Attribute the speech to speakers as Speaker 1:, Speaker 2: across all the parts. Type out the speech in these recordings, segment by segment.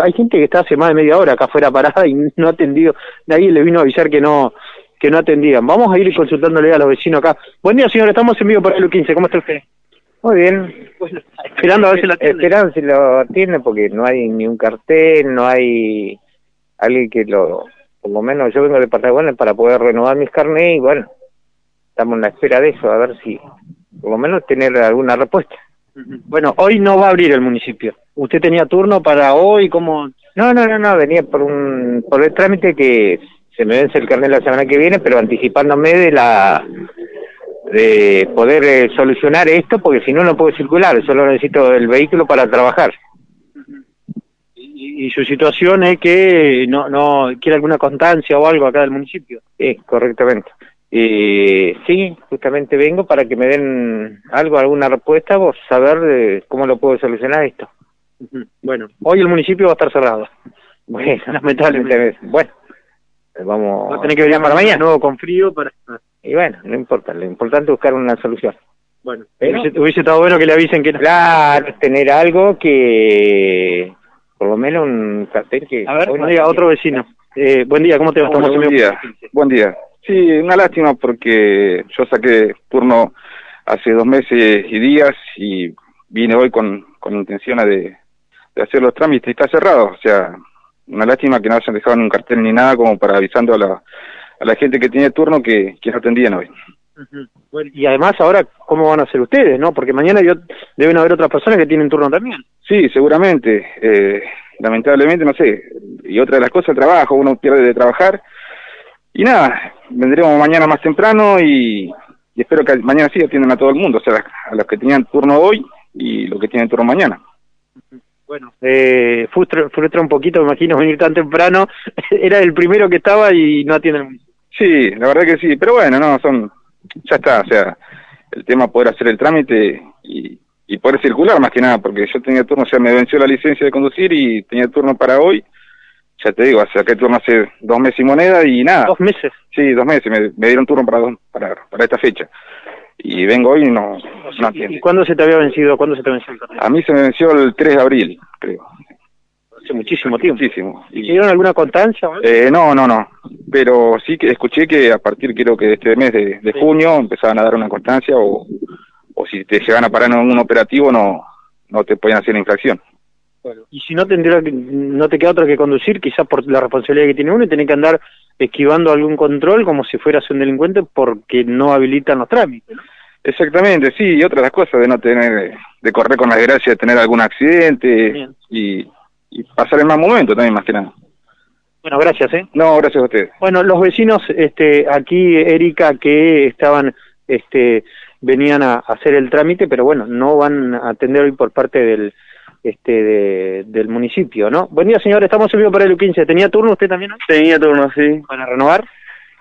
Speaker 1: hay gente que está hace más de media hora acá afuera parada y no ha atendido, nadie le vino a avisar que no que no atendían. Vamos a ir consultándole a los vecinos acá. Buen día, señor, estamos en vivo para el 15. ¿Cómo está usted?
Speaker 2: Muy bien.
Speaker 1: Bueno, esperando a ver si lo atienden.
Speaker 2: Esperando si lo atienden porque no hay ni un cartel, no hay alguien que lo... Por lo menos yo vengo de Patagones para poder renovar mis carnes y bueno, estamos en la espera de eso, a ver si por lo menos tener alguna respuesta.
Speaker 1: Bueno, hoy no va a abrir el municipio. ¿Usted tenía turno para hoy? ¿Cómo?
Speaker 2: No, no, no, no, venía por un por el trámite que se me vence el carnet la semana que viene, pero anticipándome de la de poder eh, solucionar esto, porque si no no puedo circular, solo necesito el vehículo para trabajar.
Speaker 1: Y, y su situación es que no no quiere alguna constancia o algo acá del municipio.
Speaker 2: Sí, correctamente. Eh, sí, justamente vengo para que me den algo, alguna respuesta, vos saber eh, cómo lo puedo solucionar esto.
Speaker 1: Bueno, hoy el municipio va a estar cerrado.
Speaker 2: Bueno,
Speaker 1: Lamentablemente.
Speaker 2: Bueno, eh, vamos.
Speaker 1: Va a tener que venir para mañana, Ah, nuevo con frío para. ah,
Speaker 2: Y bueno, no importa, lo importante es buscar una solución.
Speaker 1: Bueno,
Speaker 2: Pero-
Speaker 1: hubiese, hubiese estado bueno que le avisen que no.
Speaker 2: Claro, tener algo que. Por lo menos un cartel que.
Speaker 1: A ver,
Speaker 2: hoy no
Speaker 1: buen día,
Speaker 2: tiene.
Speaker 1: otro vecino. Eh, buen día, ¿cómo te va?
Speaker 3: Hola,
Speaker 1: Estamos en
Speaker 3: buen
Speaker 1: vivo.
Speaker 3: día. Buen día. Sí, una lástima porque yo saqué turno hace dos meses y días y vine hoy con, con intención de, de hacer los trámites y está cerrado. O sea, una lástima que no hayan dejado ni un cartel ni nada como para avisando a la, a la gente que tiene turno que, que no atendían hoy.
Speaker 1: Ujú. Bueno, y además ahora, ¿cómo van a hacer ustedes, no? Porque mañana yo, deben haber otras personas que tienen turno también.
Speaker 3: Sí, seguramente. Eh, lamentablemente, no sé. Y otra de las cosas, el trabajo. Uno pierde de trabajar. Y nada, vendremos mañana más temprano y, y espero que mañana sí atiendan a todo el mundo. O sea, a los que tenían turno hoy y los que tienen turno mañana.
Speaker 1: Bueno, eh, frustra, frustra un poquito, me imagino, venir tan temprano. Era el primero que estaba y no atiende el municipio.
Speaker 3: Sí, la verdad que sí. Pero bueno, no, son. Ya está. O sea, el tema poder hacer el trámite y, y poder circular más que nada, porque yo tenía turno, o sea, me venció la licencia de conducir y tenía turno para hoy. Ya te digo, saqué turno hace dos meses y moneda y nada.
Speaker 1: Dos meses.
Speaker 3: Sí, dos meses, me, me dieron turno para, dos- para para esta fecha. Y vengo hoy y no, no
Speaker 1: ¿Y
Speaker 3: atiende.
Speaker 1: cuándo se te había vencido? ¿Cuándo se te venció el carnet?
Speaker 3: A mí se me venció el 3 de abril, creo.
Speaker 1: Hace muchísimo tiempo.
Speaker 3: Muchísimo.
Speaker 1: ¿Y
Speaker 3: Y,
Speaker 1: dieron alguna constancia? o algo?
Speaker 3: eh, no, no, no. Pero sí que escuché que a partir, creo que de este mes de, de
Speaker 1: Sí.
Speaker 3: junio, empezaban a dar una constancia o, o si te llegan a parar en un operativo, no no te podían hacer infracción.
Speaker 1: Y si no tendría, que- no te queda otra que conducir, quizás por la responsabilidad que tiene uno, y tenés que andar esquivando algún control como si fueras un delincuente porque no habilitan los trámites. ¿no?
Speaker 3: Exactamente, sí, y otra de las cosas de no tener, de correr con la desgracia de tener algún accidente
Speaker 1: Bien.
Speaker 3: y, y pasar el mal momento también, más que nada.
Speaker 1: Bueno, gracias, ¿eh?
Speaker 3: No, gracias a ustedes.
Speaker 1: Bueno, los vecinos, este, aquí Erika, que estaban, este, venían a, a hacer el trámite, pero bueno, no van a atender hoy por parte del, este, de- del municipio, ¿no? Buen día, señor, estamos en vivo para el 15. ¿Tenía turno usted también hoy
Speaker 4: Tenía turno, sí.
Speaker 1: para renovar?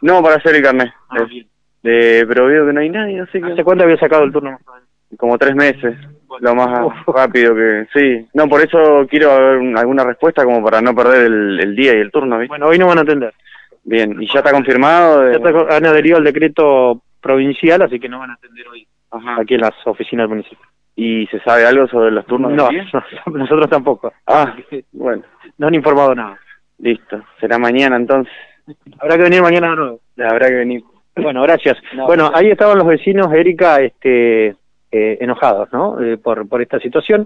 Speaker 4: No, para hacer el carnet. Eh, eh, pero veo que no hay nadie, así
Speaker 1: ¿Hace
Speaker 4: que...
Speaker 1: cuánto había sacado el turno?
Speaker 4: Como tres meses, lo más
Speaker 1: Uf.
Speaker 4: rápido que... Sí, no, por eso quiero haber un- alguna respuesta como para no perder el, el día y el turno, ¿viste?
Speaker 1: Bueno, hoy no van a atender.
Speaker 4: Bien, y ya está confirmado. de-
Speaker 1: Ya está- han adherido al decreto provincial, así que no van a atender hoy
Speaker 4: Ajá.
Speaker 1: aquí en las oficinas del municipio.
Speaker 4: ¿Y se sabe algo sobre los turnos?
Speaker 1: No,
Speaker 4: del día?
Speaker 1: no, nosotros tampoco.
Speaker 4: Ah, bueno,
Speaker 1: No han informado nada.
Speaker 4: listo. Será mañana entonces.
Speaker 1: Habrá que venir mañana de nuevo.
Speaker 4: Habrá que venir.
Speaker 1: Bueno, gracias.
Speaker 4: No,
Speaker 1: bueno, ahí estaban los vecinos, Erika, este, eh, enojados, ¿no? Eh, por, por esta situación.